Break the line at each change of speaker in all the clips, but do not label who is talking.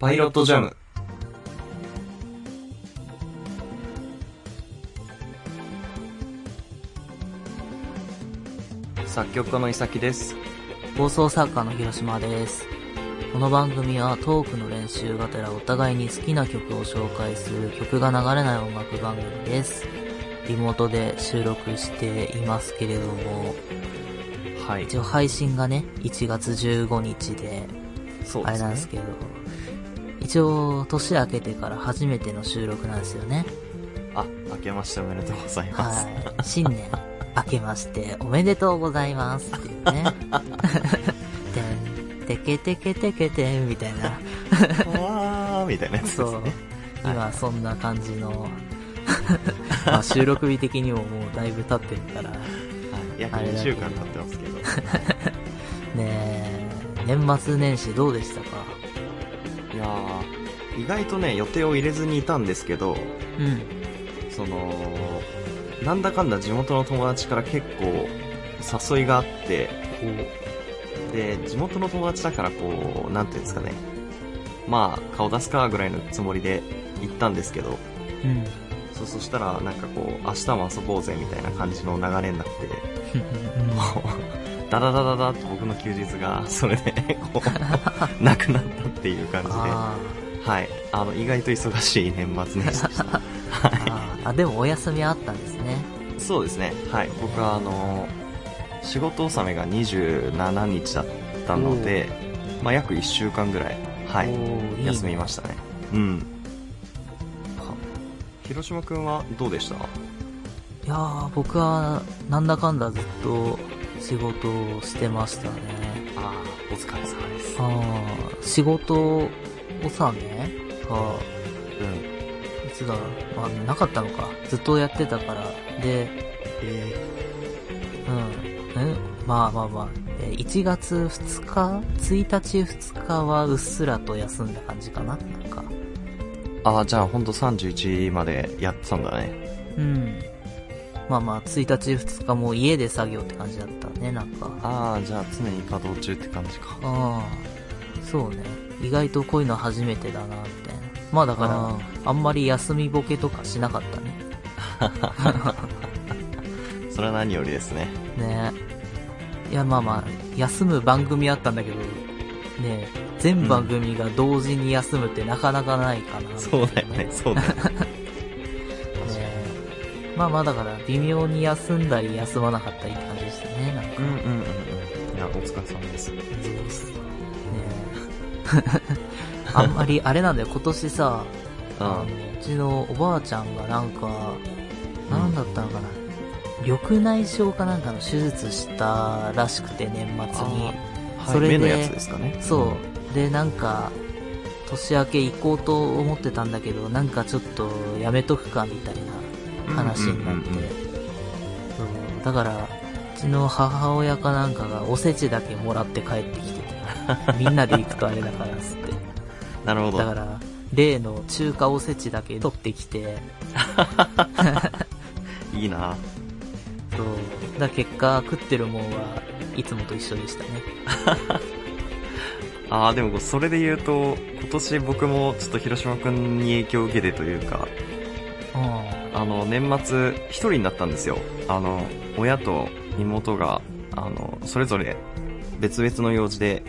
パイロットジャム。作曲家のいさきです。
放送作家の広島です。この番組はトークの練習がてらお互いに好きな曲を紹介する曲が流れない音楽番組です。リモートで収録していますけれども、
はい。
一応配信がね、1月15日で、
そう
あ
で
れ
す
なん
ね
です。けど、一応年明けてから初めての収録なんですよね。
あ、明けましておめでとうございます。
はい。新年明けましておめでとうございますっていう ね。てん、てけてけてけてんみたいな。
わーみたいなやつで
そ
す
う
ね。。
今そんな感じの、 まあ収録日的にももうだいぶ経ってるから、ね
はい約2週間経ってますけど。
え、年末年始どうでしたか
いやー、意外とね、予定を入れずにいたんですけど、
うん。
その、なんだかんだ地元の友達から結構誘いがあって、で、地元の友達だからこう、なんていうんですかね。まあ、顔出すかぐらいのつもりで行ったんですけど、
うん。
そ、そしたらなんかこう、明日も遊ぼうぜみたいな感じの流れになって、 こう、ダダダダダって僕の休日が、それで、こう、なくなったっていう感じで、
あ
はい。あの、意外と忙しい年末年始でした。
ーあー、あでもお休みあったんですね。
そうですね。はい。僕は、あのー仕事納めが27日だったので、まあ、約1週間ぐらい、は
お
い、
ーいい
休みま
し
したね。うん。広島くんはどうでした
た。いやー、僕はなんだかんだずっと仕事をしてましたね。
ああ、お疲れ様です。
ああ、仕事をさね、が、
うん。
いつだろう、まあ、なかったのか。ずっとやってたから。で、
え
うん。んまあまあまあ。えー1月2日 ?1 日2日はうっすらと休んだ感じかななんか。
ー、ああ、じゃあほんと31までやってたんだね。
うん。まあまあ、1日2日も家で作業って感じだったね、なんか。
ああ、じゃあ常に稼働中って感じか。
ああ、そうね。意外とこういうの初めてだな、みたいな。まあだ
あ
から、あんまり休みボケとかしなかったね。
それは何よりですね。
ねいやまあまあ休む番組あったんだけどね全番組が同時に休むってなかなかないかな、
そうだよね、そうだよね。
ねまあまあだから微妙に休んだり休まなかったりって感じでしたねなんか
うんうんうんうん。いや、お疲れ様です。
ねあんまりあれなんだよ今年さあのうちのおばあちゃんがなんかなんだったのかな、緑内障かなんかの手術したらしくて年末に
はい、
それ
目
で
のやつですかね。
そう。で、なんか、年明け行こうと思ってたんだけど、なんかちょっとやめとくかみたいな話になって。
うんうんうんうん
そうだから、うちの母親かなんかがおせちだけもらって帰ってき てて、みんなで行くとあれだからっつって。
なるほど。
だから、例の中華おせちだけ取ってきて、
いいな
そう。だから結果、食ってるもんはいつもと一緒でしたね。
ああ、でもそれで言うと、今年僕もちょっと広島くんに影響を受けてというか、
うん。
あの、年末一人になったんですよ。あの、親と妹が、あの、それぞれ別々の用事で、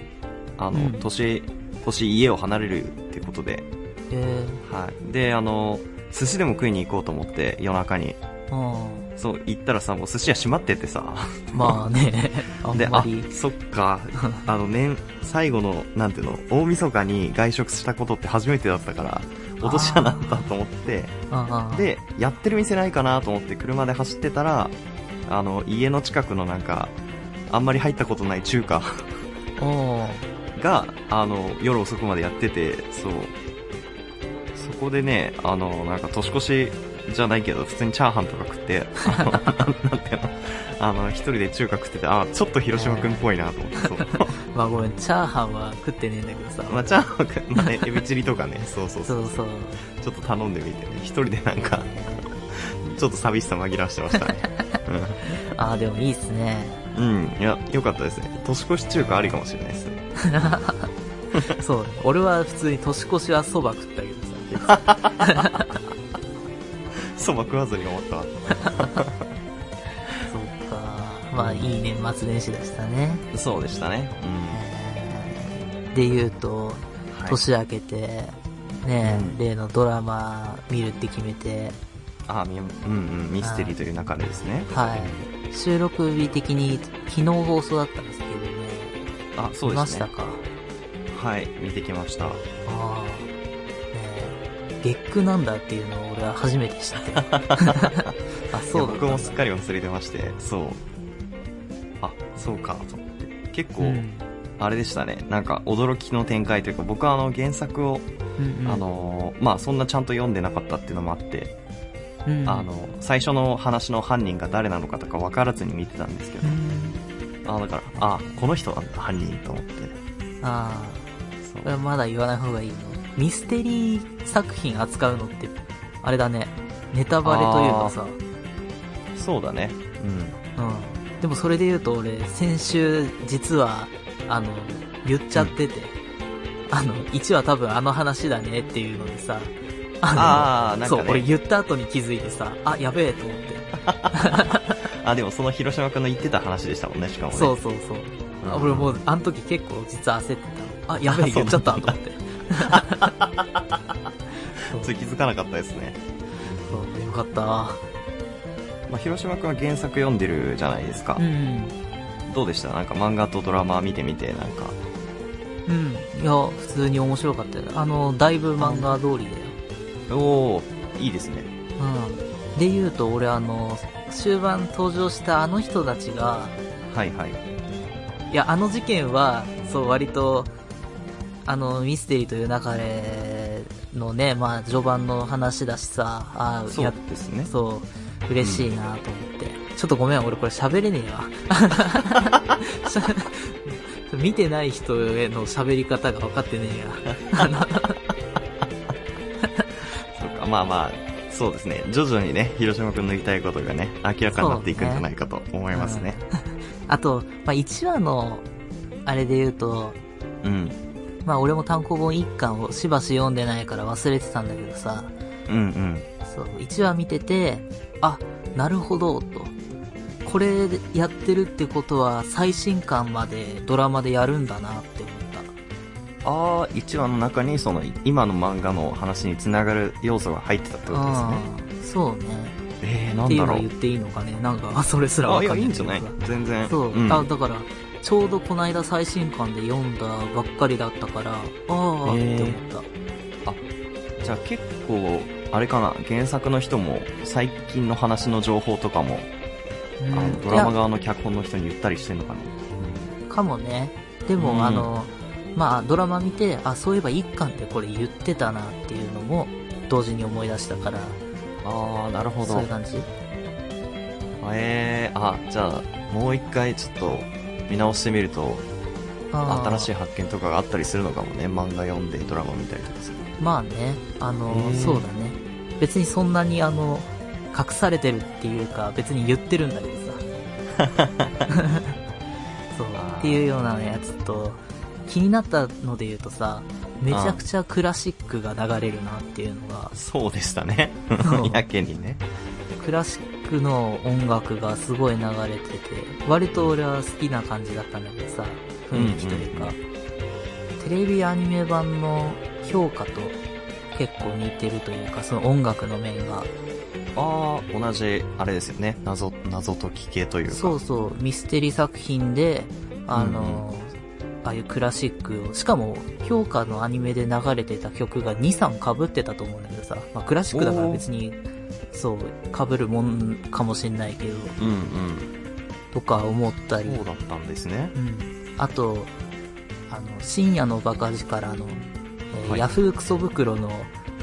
あの、
うん
年、年家を離れるっていうことで、
え
はい。で、あの、寿司でも食いに行こうと思って、夜中に。
ー、
そう、行ったらさ、もう寿司屋閉まっててさ。
うん。まあね、あん
で、
ま
あ
り。、
そっか、 あの年、最後の、なんていうの、大晦日に外食したことって初めてだったから、落とし穴だったと思って、
あー、
で、やってる店ないかなと思って車で走ってたら、あの、家の近くのなんか、あんまり入ったことない中華
おー
が、あの、夜遅くまでやってて、そう。そこでね、あの、なんか年越しじゃないけど、普通にチャーハンとか食って、あの、 なんていうの、あの、一人で中華食ってて、あ、ちょっと広島くんっぽいなと思って、そう。
まあごめん、チャーハンは食ってねえんだけどさ。
まあ、チャーハンか、まあね、エビチリとかね、そうそうそう。
そうそう。
ちょっと頼んでみてね。一人でなんか、 ちょっと寂しさ紛らわしてましたね。
ああ、でもいいっすね。
うん。うん。いや、よかったですね。年越し中華ありかもしれないですね。
そうね。俺は普通に年越しは蕎麦食ったけどさ別に。
そば食わずに終わったわ
そっか。まあ、いい年末年始でしたね。
そうでしたね。うん。
えーで言うと、
はい
年明けて、ね、
うん
例のドラマ見るって決めて、
あ、み、うんうん、ミステリーという中でですね。
はい。収録日的に昨日放送だったんですけどね。
あ、そう
見
で
ます
ね
した。か。
はい、見てきました。
ああ。ね月9なんだっていうのを俺は初めて知って。 あ、
い
そ
や
うだったん
僕
だ
もすっかり忘れてまして、そう。あ、そうか、と思って。結構、
うん
あれでしたね。なんか、驚きの展開というか、僕はあの、原作を、
うんうん
あ、のー、まあ、そんなちゃんと読んでなかったっていうのもあって、
うん
あ、の、最初の話の犯人が誰なのかとか分からずに見てたんですけ
う
ど、
ん
あ、だから、あ、この人なんだ、犯人と思って。
ああ。
そう
これはまだ言わない方がいいのミステリー作品扱うのって、あれだね。ネタバレというかさ。
そうだね。うん。
うん。でもそれで言うと俺、先週、実は、あの、言っちゃってて。あの、1話多分あの話だねっていうのでさ。あの
あーなんかね
そう、俺言った後に気づいてさ、あ、やべえと思って。
あ、でもその広島くんの言ってた話でしたもんね、しかもね。
そうそうそう。あ俺も
う
う、あの時結構実は焦って た。あ、やべえ、言っちゃったと思って。
ん。つい気づかなかったですね。
そう、よかった。
まあ、広島くんは原作読んでるじゃないですか。
うん。
どうでしたなんか漫画とドラマ見てみて、なんか。
うん。いや、普通に面白かったよ。あの、だいぶ漫画通りだよ。
おおいいですね。
うん。で言うと、俺あの、終盤登場したあの人たちが、
はいはい。
いや、あの事件は、そう、割と、あの、ミステリーという流れのね、まあ、序盤の話だしさ、ああ、
そ
や
うですね。
そう、嬉しいなと思って。ちょっとごめん、俺これ喋れねえわ。 しゃ見てない人への喋り方が分かってねえや。
そうか、まあまあ、そうですね。徐々にね、広島くんの言いたいことがね、明らかになっていくんじゃないかと思いますね。
あと、まあ、1話の、あれで言うと、
うん。
まあ、俺も単行本1巻をしばし読んでないから忘れてたんだけどさ、
うんうん。
そう、1話見てて、あ、なるほど、と。これやってるってことは、最新巻までドラマでやるんだなって思っ
ああ、1話の中に、その、今の漫画の話につながる要素が入ってたってことです
た
ね。。
うん。そうね。
えー、な
って
ん
い
だ
うの
ろ
言っ
う。
ていいのかねなんか、 それすらわ
あ、い
か
や、
ん
い
ないい
ん
け
じゃ
ど
ない
さ
全然。
そう、
ん
あ、だから、ちょうどこの間最新巻で読んだばっかりだったから、ああ
へ
ー
ー
って思った。
じゃあ結構、あれかな、原作の人も、最近の話の情報とかも、
う
あ
ん
のドラマ
い
側の脚本の人に言ったりしてんのかな。
やかもね。でも、
うん
あの、まあ、ドラマ見て、あ、そういえば一巻でこれ言ってたなっていうのも、同時に思い出したから、
ああ、なるほ
そういう感じ
えー、あ、じゃあ、もう一回ちょっと、見直してみると、新しい
い。
発見とかがあったりするのかもね。漫画読んでドラマ見たりとかする。
まあね、あの
へ、ー
そうだね。別にそんなに、あの、隠されてるっていうか、別に言ってるんだけどさ。 そう
あー、
っていうようなやつと、気になったので言うとさ、めちゃくちゃクラシックが流れるなっていうのが、
そうでしたね
そう。
やけにね。
クラシックの音楽がすごい流れてて、割と俺は好きな感じだったんだけどさ、雰囲気という
う
か、
んうん
テレビアニメ版の評価と結構似てるというか、その音楽の面が、
ああ、同じ、あれですよね。謎、謎解き系というか。
そうそう、ミステリー作品で、あの、ああいうクラシックを、しかも、評価のアニメで流れてた曲が2、3被ってたと思うんだけどさ、まあ、クラシックだから別に、そう、被るもんかもしんないけど、
うんうん。
とか思ったり、
そうだったんですね。
うん。あと、あの、深夜のバカ力の、えー
はい
ヤフークソ袋の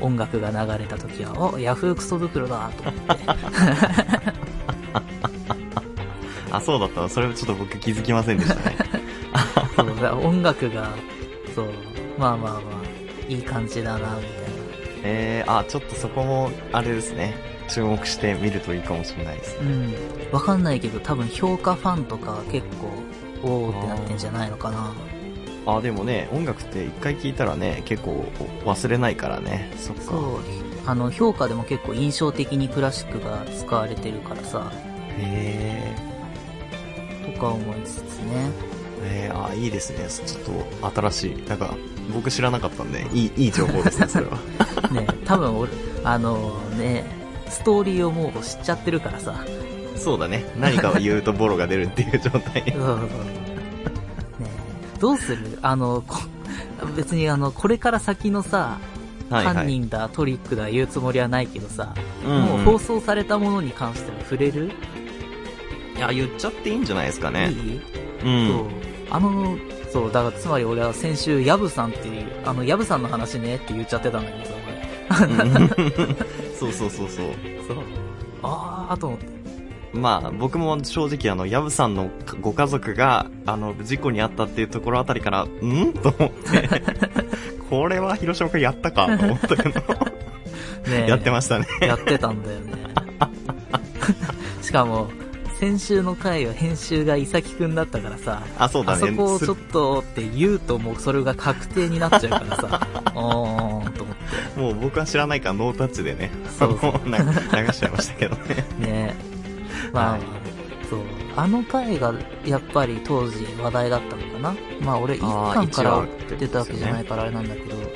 音楽が流れた時は、お、ヤフークソ袋だと思って。
あ、そうだったの。それはちょっと僕気づきませんでしたね。
そうだから音楽が、そう、まあまあまあ、いい感じだな、み
えー、あ、ちょっとそこも、あれですね。注目してみるといいかもしれないです
たいな。うん。わかんないけど、多分評価ファンとかは結構、おーってなってんじゃないのかな。
あでもね音楽って一回聴いたらね結構忘れないからねそっか
そうあの評価でも結構印象的にクラシックが使われてるからさ
へ
とか思いつつね
えー、あーいいですねちょっと新しいなんか僕知らなかったんでいいいい情報ですねそれは
ね多分俺あのねストーリーをもう知っちゃってるからさ
そうだね何かを言うとボロが出るっていう状態
そうそうそう。ねえどうするあの、こ別にあの、これから先のさ、
はいはい
犯人だ、トリックだ言うつもりはないけどさ、
うんうん
もう放送されたものに関しては触れる、
いや言っちゃっていいんじゃないですかね
いい、
う
そう。あの、そう、だからつまり俺は先週、ヤブさんっていう、あの、ヤブさんの話ねって言っちゃってたんだけどさ、
そうそうそうそう
俺。そう。あーと思って。
まあ、僕も正直あの、ヤブさんのご家族が、あの、事故に遭ったっていうところあたりから、んと思って、これは広島君やったかと思ったけど、
ねえ
やってましたね。
やってたんだよね。 しかも、先週の回は編集がイサキくんだったからさ、
あ、そうだ
あそ
ね。
こを
す
ちょっとって言うともうそれが確定になっちゃうか らさ、おーんと思っ
もう僕は知らないからノータッチでね、
そうそう
あの なんか流しちゃいましたけどね。
てね。まあ、
はい
そう。あの回がやっぱり当時話題だったのかな まあ俺一
あー
巻から
一話ってこと
出たわけじゃない
で
からあれなんだけど、
すよね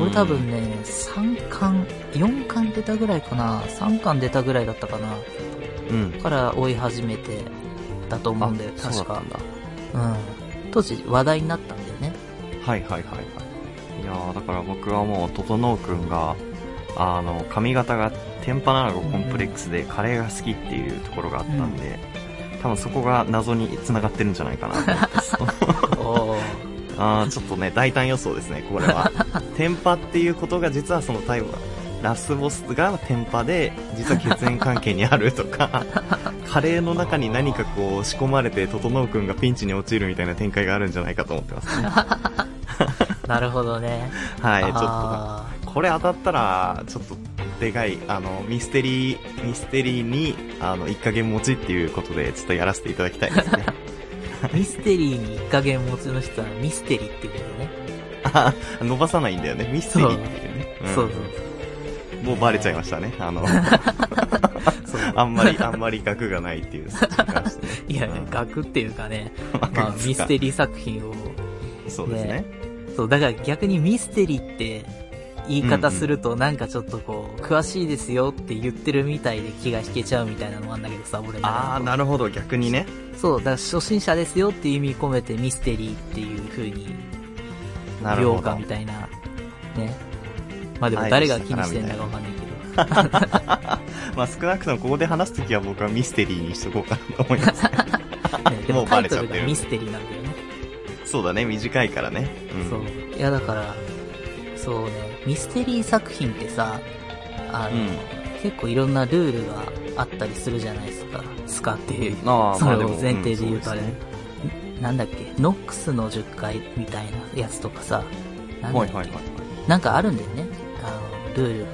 俺多分、ね、3巻、4巻出たぐらいかな ?3 巻出たぐらいだったかな
うん。
から追い始めてだと思うんだよ、
あそ
確
うだったん。
か
だ。
うん。当時話題になったんだよね。
はいはいはいはい。いやーだから僕はもう、整君が、あの、髪型が天パなのがコンプレックスで、カレーが好きっていうところがあったんで、多分そこが謎に繋がってるんじゃないかなと思ってます。
おー。
あーちょっとね、大胆予想ですね、これは。天パっていうことが実はそのタイムラスボスが天パで、実は血縁関係にあると か、カレーの中に何かこう仕込まれて、整君がピンチに陥るみたいな展開があるんじゃないかと思って ますね。
なるほどね。
はい、ちょっと。
あ
これ当たったら、ちょっと、でかい、あの、ミステリー、ミステリーに、あの、一加減持ちっていうことで、ちょっとやらせていただきたいです ね。
ーミステリーに一加減持ちの人はミステリーって言うんだよね。
あ伸ばさないんだよね。ミステリーっていうね。ん
そう
もうバレちゃいましたね。あの、
そうそう。
あんまり、あんまり額がないっていう、そっちに関してね
いやね
うん、
額っていうか ね、ま
額
あ
ですか
ミステリー作品を、
そうですね。
そう、だから逆にミステリーって言い方するとなんかちょっとこう、詳しいですよって言ってるみたいで気が引けちゃうみたいなのもあんだけどさ、俺
ああ、
の中
なるほど、逆にね。
で。そう、だから初心者ですよっていう意味込めてミステリーっていう風に
なる
量
ほ
か
ど
み。たいな。ね。まあでも誰が気にしてんだかわかんないけど。
まあ少なくともここで話すときは僕はミステリーにしとこうかなと思い ます。
ねで
も
も
うバ
タ
レ
イ
ちゃ
ト
ってる
ルがミステリーなんだよね。
そうだね、短いからね。うん
そう。いやだから、そうね、ミステリー作品ってさ、あの、
うん
結構いろんなルールがあったりするじゃないですか。スカっていう。
あー
そ
まあ
れを
でも
前提で言うとあれ、
うんそう
なんだっけ、ノックスの10回みたいなやつとかさ、なんだっ
はい
け
はいはい。
なんかあるんだよね。あの、ルールが。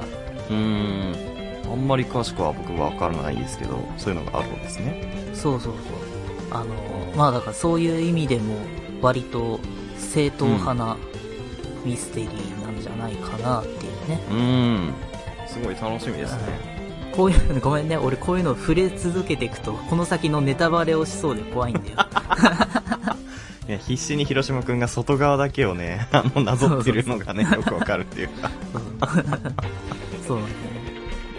うーん。あんまり詳しくは僕はわからないですけど、そういうのがあるんですね。
そうそうそう。あの、まあだからそういう意味でも、割と正統派なミステリーなんじゃないかなっていうね。
うーん。すごい楽しみですね。
こういう、ごめんね、俺こういうの触れ続けていくと、この先のネタバレをしそうで怖いんだよ。
いや、必死に広島くんが外側だけをね、あの、なぞってるのがね、よくわかるっていうか。
そうなんだね。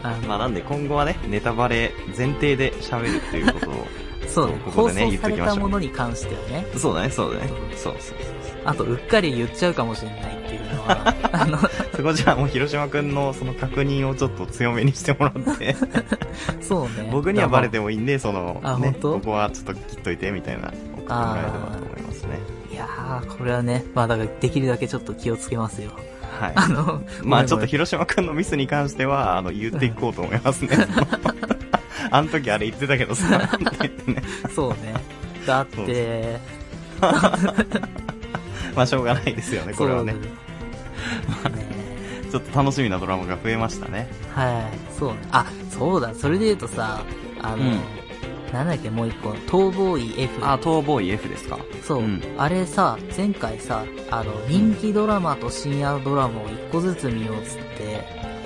あの
まあなんで今後はね、ネタバレ前提で喋るっていうこと を。
そうだね、
ここ
放
でね
送され
言っときま
た
しょう
ものに関してはね、
そうだね、そうだね。そうそうそう
あと、うっかり言っちゃうかもしれないっていうのは、 あの、
そう。そこじゃあもう広島くんのその確認をちょっと強めにしてもら って、
そうね。
僕にはバレ
る。
てもいいんで、その、
あ
ね、
本当
ここはちょっと切っといてみたいな、送ってもらえればと思いますね。
いやー、これはね、まあだからできるだけちょっと気をつけますよ。
はい。
あの、
まあ
ごめんごめん
ちょっ と広島くんのミスに関しては、あの、言っていこうと思います ね。あの時あれ言ってたけどさ、 って言ってね。
そうね。だっ
そう
て、
まあしょうがないですよね、これはね
そう。ね
ちょっと楽しみなドラマが増えましたね。
はい、そうね。あ、そうだ、それで言うとさ、あの、
うん
なんだっけ、もう一個、逃亡医 F。
あ、逃亡医 F ですか。
そう、
うん
あれさ、前回さ、あの、人気ドラマと深夜ドラマを一個ずつ見ようっつって、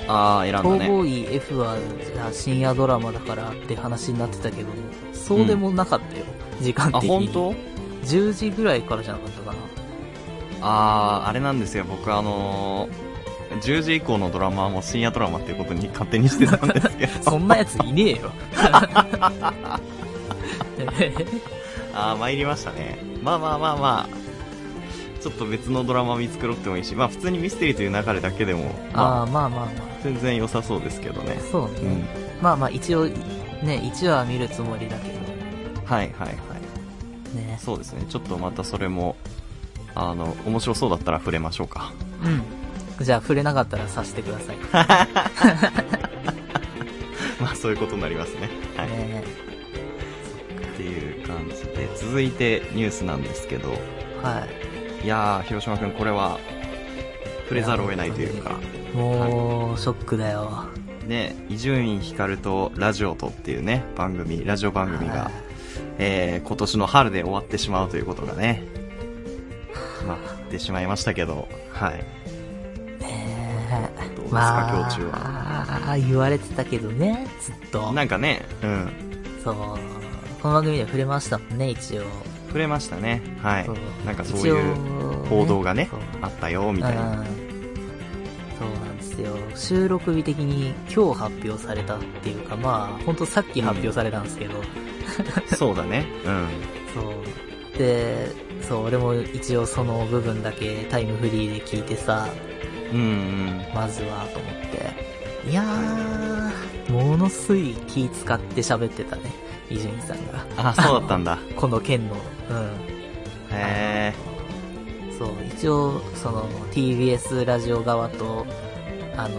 あー、選んだね。
逃亡医 F はあ深夜ドラマだからって話になってたけども、そうでもなかったよ、時間
あ、
的
本
に。
当
?10 時ぐらいからじゃなかったかな。
あー、あれなんですよ、僕あのー、10時以降のドラマはもう深夜ドラマっていうことに勝手にしてたんです けど。
そんなやついねえ よ。
あー、参りましたね。まあまあまあまあ。ちょっと別のドラマ見繕ってもいいし、まあ普通にミステリーという流れだけでも、
あ
ま
あ、まあまあま
あ、全然良さそうですけどね
あ。。そうね。
うん。
まあまあ、一応、ね、1話は見るつもりだけど、
はいはいはい。
ね。
そうですね、ちょっとまたそれも、あの、面白そうだったら触れましょうか。
うん。じゃあ、触れなかったらさしてください。
まあそういうことになりますね。はい。
ね
っていう感じで、続いてニュースなんですけど、
はい。
いやー、広島くん、これは、触れざるを得ないというか、
もう、ショックだよ。
ね、伊集院光とラジオとっていうね、番組、ラジオ番組が、えー、今年の春で終わってしまうということがね、まあ、降ってしまいましたけど、はい。
ねえ
どうですか、
ま
今日中は。
あ、あ言われてたけどね、ずっと。
なんかね、うん、
そう。この番組で触れましたもんね、一応。
触れましたね。はい
そう。
なんかそういう
う
報道がね
そう、
あったよ、みたいな。
うんそうなんですよ収録日的に今日発表されたっていうかまあ本当さっき発表されたんですけど、
そうだね。うん。
そうでそう俺も一応その部分だけタイムフリーで聞いてさ
うん うん。
まずはと思っていやーものすごい気使って喋ってたね伊集院さんが
あ、そうだったんだ。
この件の
へ
うんそう一応その TBS ラジオ側とあの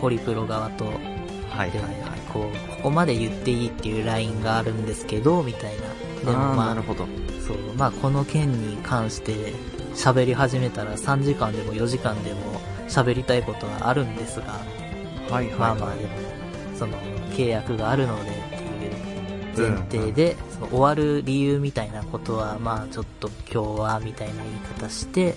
ホリプロ側と
え。はいはいはい。
こう、ここまで言っていいっていうラインがあるんですけど、みたいな。でも
あー
ま
なる
あ、
ほど。
そう、まあこの件に関して喋り始めたら3時間でも4時間でも喋りたいことはあるんですが、
はい
ま
は
あ
い
ま
は
あ
い。
でも、その契約があるのでっていう前提で、その終わる理由みたいなことは、まあちょっと今日はみたいな言い方して、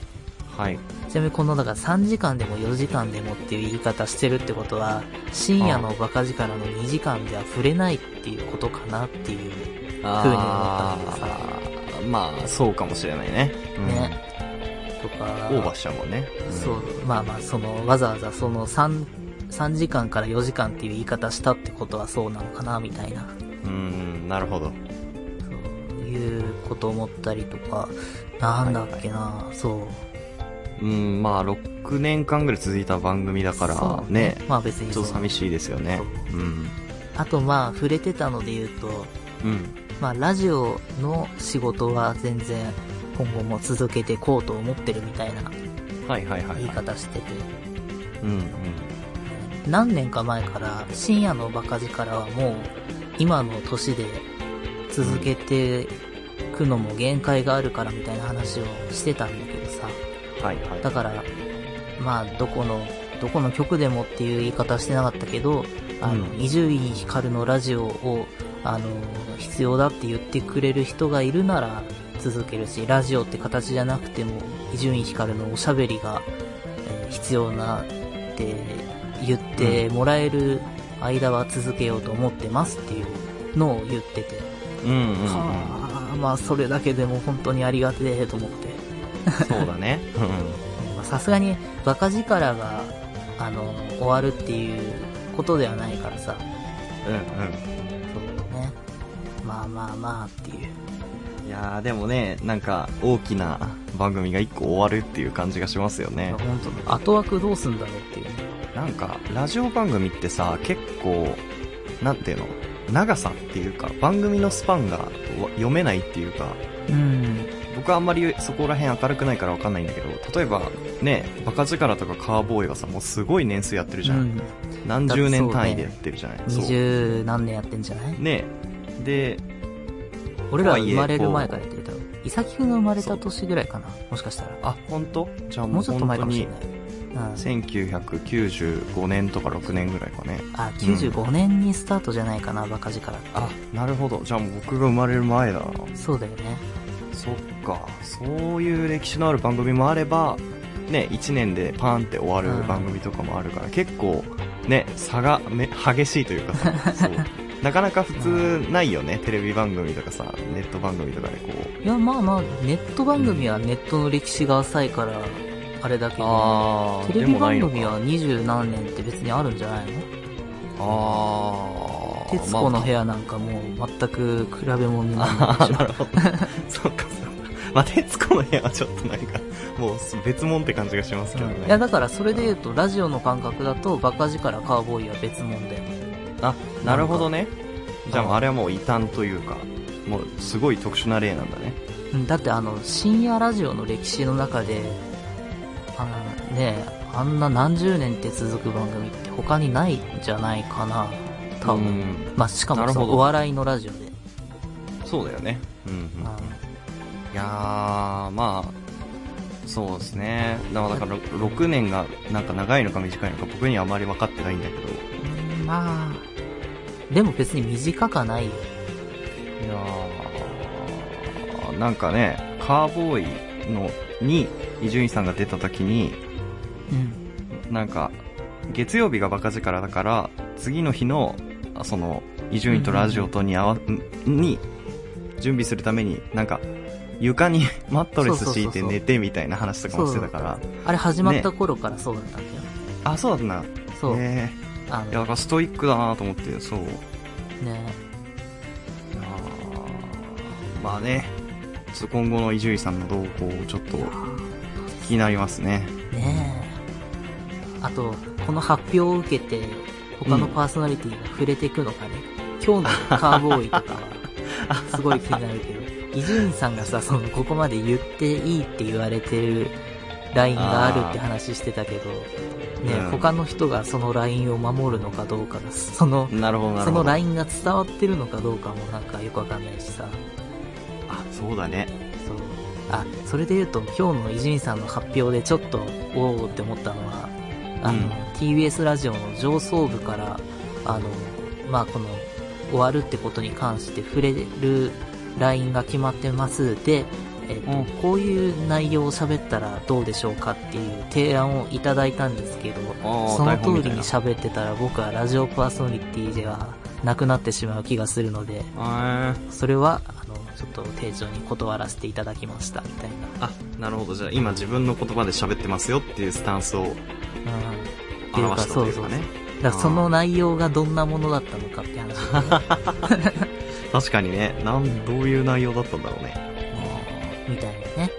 はい。
ちなみにこのだから3時間でも4時間でもっていう言い方してるってことは深夜のバカ力の2時間では触れないっていうことかなっていう
あ
ふうに思った
ーまあ、そうかもしれないね。うん
ね、とか
オーバーしちゃうもんね。ん
そう。まあまあそのわざわざその 3, 3時間から4時間っていう言い方したってことはそうなのかなみたいな
うん、なるほど。
そういうこと思ったりとかなんだっけな、そう
うん、まあ、6年間ぐらい続いた番組だから
そ、う
ね、
まあ別に
ち
そ
ょっ
の
と寂しいですよね。うん。
あとまあ触れてたので言うと
うん。
まあ、ラジオの仕事は全然今後も続けてこうと思ってるみたいな
はいはいはい
言い
はい。
方してて、
うんうん。
何年か前から深夜のバカ力はもう今の年で続けてくのも限界があるからみたいな話をしてたんだけどさ、
はいはい。
だから、まあ、どこの、どこの局でもっていう言い方はしてなかったけど、あの
う、ん
伊集院光のラジオを、あの、必要だって言ってくれる人がいるなら続けるし、ラジオって形じゃなくても、伊集院光のおしゃべりが、えー必要なって言ってもらえる間は続けようと思ってますっていうのを言ってて、
うんうんうん。
はあ、まあ、それだけでも本当にありがてえと思って。
そうだ ね。うん。
まあさすがにバカ力があの終わるっていうことではないからさ
うんう。
そうねまあまあまあっていうん
いやーでもね、なんか大きな番組が一個終わるっていう感じがしますよね。
本当後枠どうすんだろうっていう
なんか、ラジオ番組ってさ、結構、なんていうの長さっていうか、番組のスパンがわ読めないっていうか、
うん
僕はあんまりそこら辺明るくないからわかんないんだけど、例えば、ね、バカ力とかカーボーイはさ、もうすごい年数やってるじゃん。
うん
何十年単位でやってるじゃない。
二十何年やってんじゃない
ねで、
俺らが
とはいえ
生まれる前からやってる多分伊崎くんが生まれた年ぐらいかなもしかしたら
あ、ほんとじゃあ
も
も
う
う
ちょっと前
本当
かもしれ
に
ないうん、
1995年とか6年ぐらいかね
あ95年にスタートじゃないかな、バカ力って
あなるほどじゃあもう僕が生まれる前だな
そうだよね
そっかそういう歴史のある番組もあればね1年でパーンって終わ
う
る
ん
番組とかもあるから、結構ね差がめ激しいというかさ そうなかなか普通ないよね、テレビ番組とかさネット番組とかでこう
いやまあまあネット番組はネットの歴史が浅いからあれだけど
あ
テレビ番組は二十何年って別にあるんじゃないの
あ
「
あ
徹子の部屋」なんかもう全く比べ物にならない
あ
で
あ
し ょ
なるほど。そうか、そうか。まあ、徹子の部屋はちょっとなんか、もう別物って感じがしますけどね。
いやだからそれで言うとラジオの感覚だとバカ力カウボーイは別物だよ
あ、なるほどね。
んか
じゃあ、あれはもう異端というか、もうすごい特殊な例なんだね。
うんだってあの深夜ラジオの歴史の中であのねあんな何十年って続く番組って他にないんじゃないかな多分、
うん
まあしかも
なる
そ
ほ
の
ど
お笑いのラジオで、
そうだよね。うん、うん。
う
い
ん
やー、まあ、そうですね。だから、だから6年がなんか長いのか短いのか僕にはあまり分かってないんだけど。
まあでも別に短かないよ
いやーなんかね、カーボーイの、に、伊集院さんが出た時に、
うん
なんか、月曜日がバカ力だから、次の日の、あその、伊集院とラジオとに合わ、んに、準備するために、なんか、床に マットレス敷いて寝てみたいな話とかもしてたから、
あれ始まった頃からそうだったんだよ、
あ、そうだった
そう、
な。ね
あ
えいや、
の
だからストイックだなと思って、そう。い
ね
やーまあね、ちょっと今後の伊集院さんの動向をちょっと、気になりますね。
ねえあとこの発表を受けて他のパーソナリティが触れていくのかね、今日のカーボーイとかはすごい気になる けど伊集院さんがさそのここまで言っていいって言われてるラインがあるって話してたけどねえ、
うん
他の人がそのラインを守るのかどうかがその
なるほど、な
そ
るほ
の
ど。
ラインが伝わってるのかどうかもなんかよくわかんないしさ
あ、そうだね。
そうあそれで言うと今日の伊集院さんの発表でちょっとおおって思ったのはあの、
うん
TBS ラジオの上層部からあのまあこの終わるってことに関して触れるラインが決まってますで、えっと
うん
こういう内容を喋ったらどうでしょうかっていう提案をいただいたんですけど
あー
その
台本み
通
たい
りに
な
喋ってたら僕はラジオパーソナリティではなくなってしまう気がするので
あ
それはあのちょっと丁重に断らせていただきましたみたい
あ、なるほど。じゃあ今自分の言葉で喋ってますよっていうスタンスを
な、うん、っ
表したというかね。
だからその内容がどんなものだったのかって話だね
確かにね、なん、どういう内容だったんだろうね。
みたいなね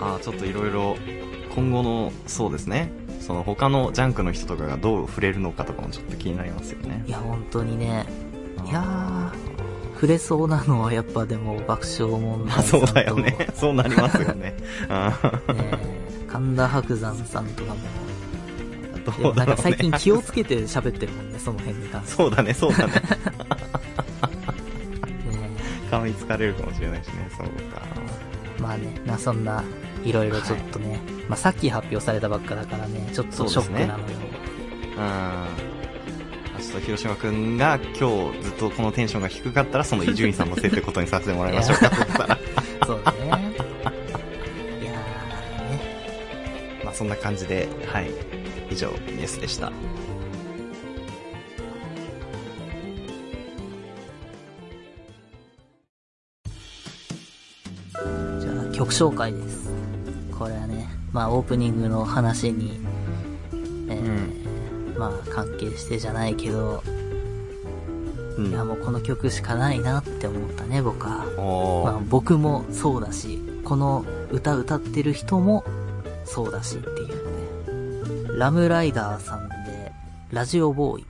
ああ、ちょっといろいろ、今後の、そうですね。その他のジャンクの人とかがどう触れるのかとかもちょっと気になりますよね
い。や本当にね
うん
いやー触れそうなのはやっぱでも爆笑問
まあ
題さ
そ
ん
う
と
だよね。そうなりますよね。う
ね神田伯山さんとかも
んど
で
う
も
だ
なん
ろう
か最
ね。
近気をつけて喋ってるもんねその辺 に関して
そうだね、そうだね。
ね
噛みつかれるかもしれないしね、そうか。
まあね、まあそんな、いろいろちょっとね、まあさっき発表されたばっかだからね、ちょっとショックなのよ。
うん。あちょっと広島くんが今日ずっとこのテンションが低かったらその伊集院さんのせいってことにさせて もらいまし ょうか。そしたら
そうだね。いやーね。
まあそんな感じで、はい。以上、ニュースでした。
じゃあ曲紹介です。これはね、まあオープニングの話に、えーまあ関係してじゃないけど、
う
いや
ん。
もうこの曲しかないなって思ったね、僕は。
お
まあ
ー。
僕もそうだし、この歌歌ってる人もそうだしっていうね。ラムライダーさんで、ラジオボーイ。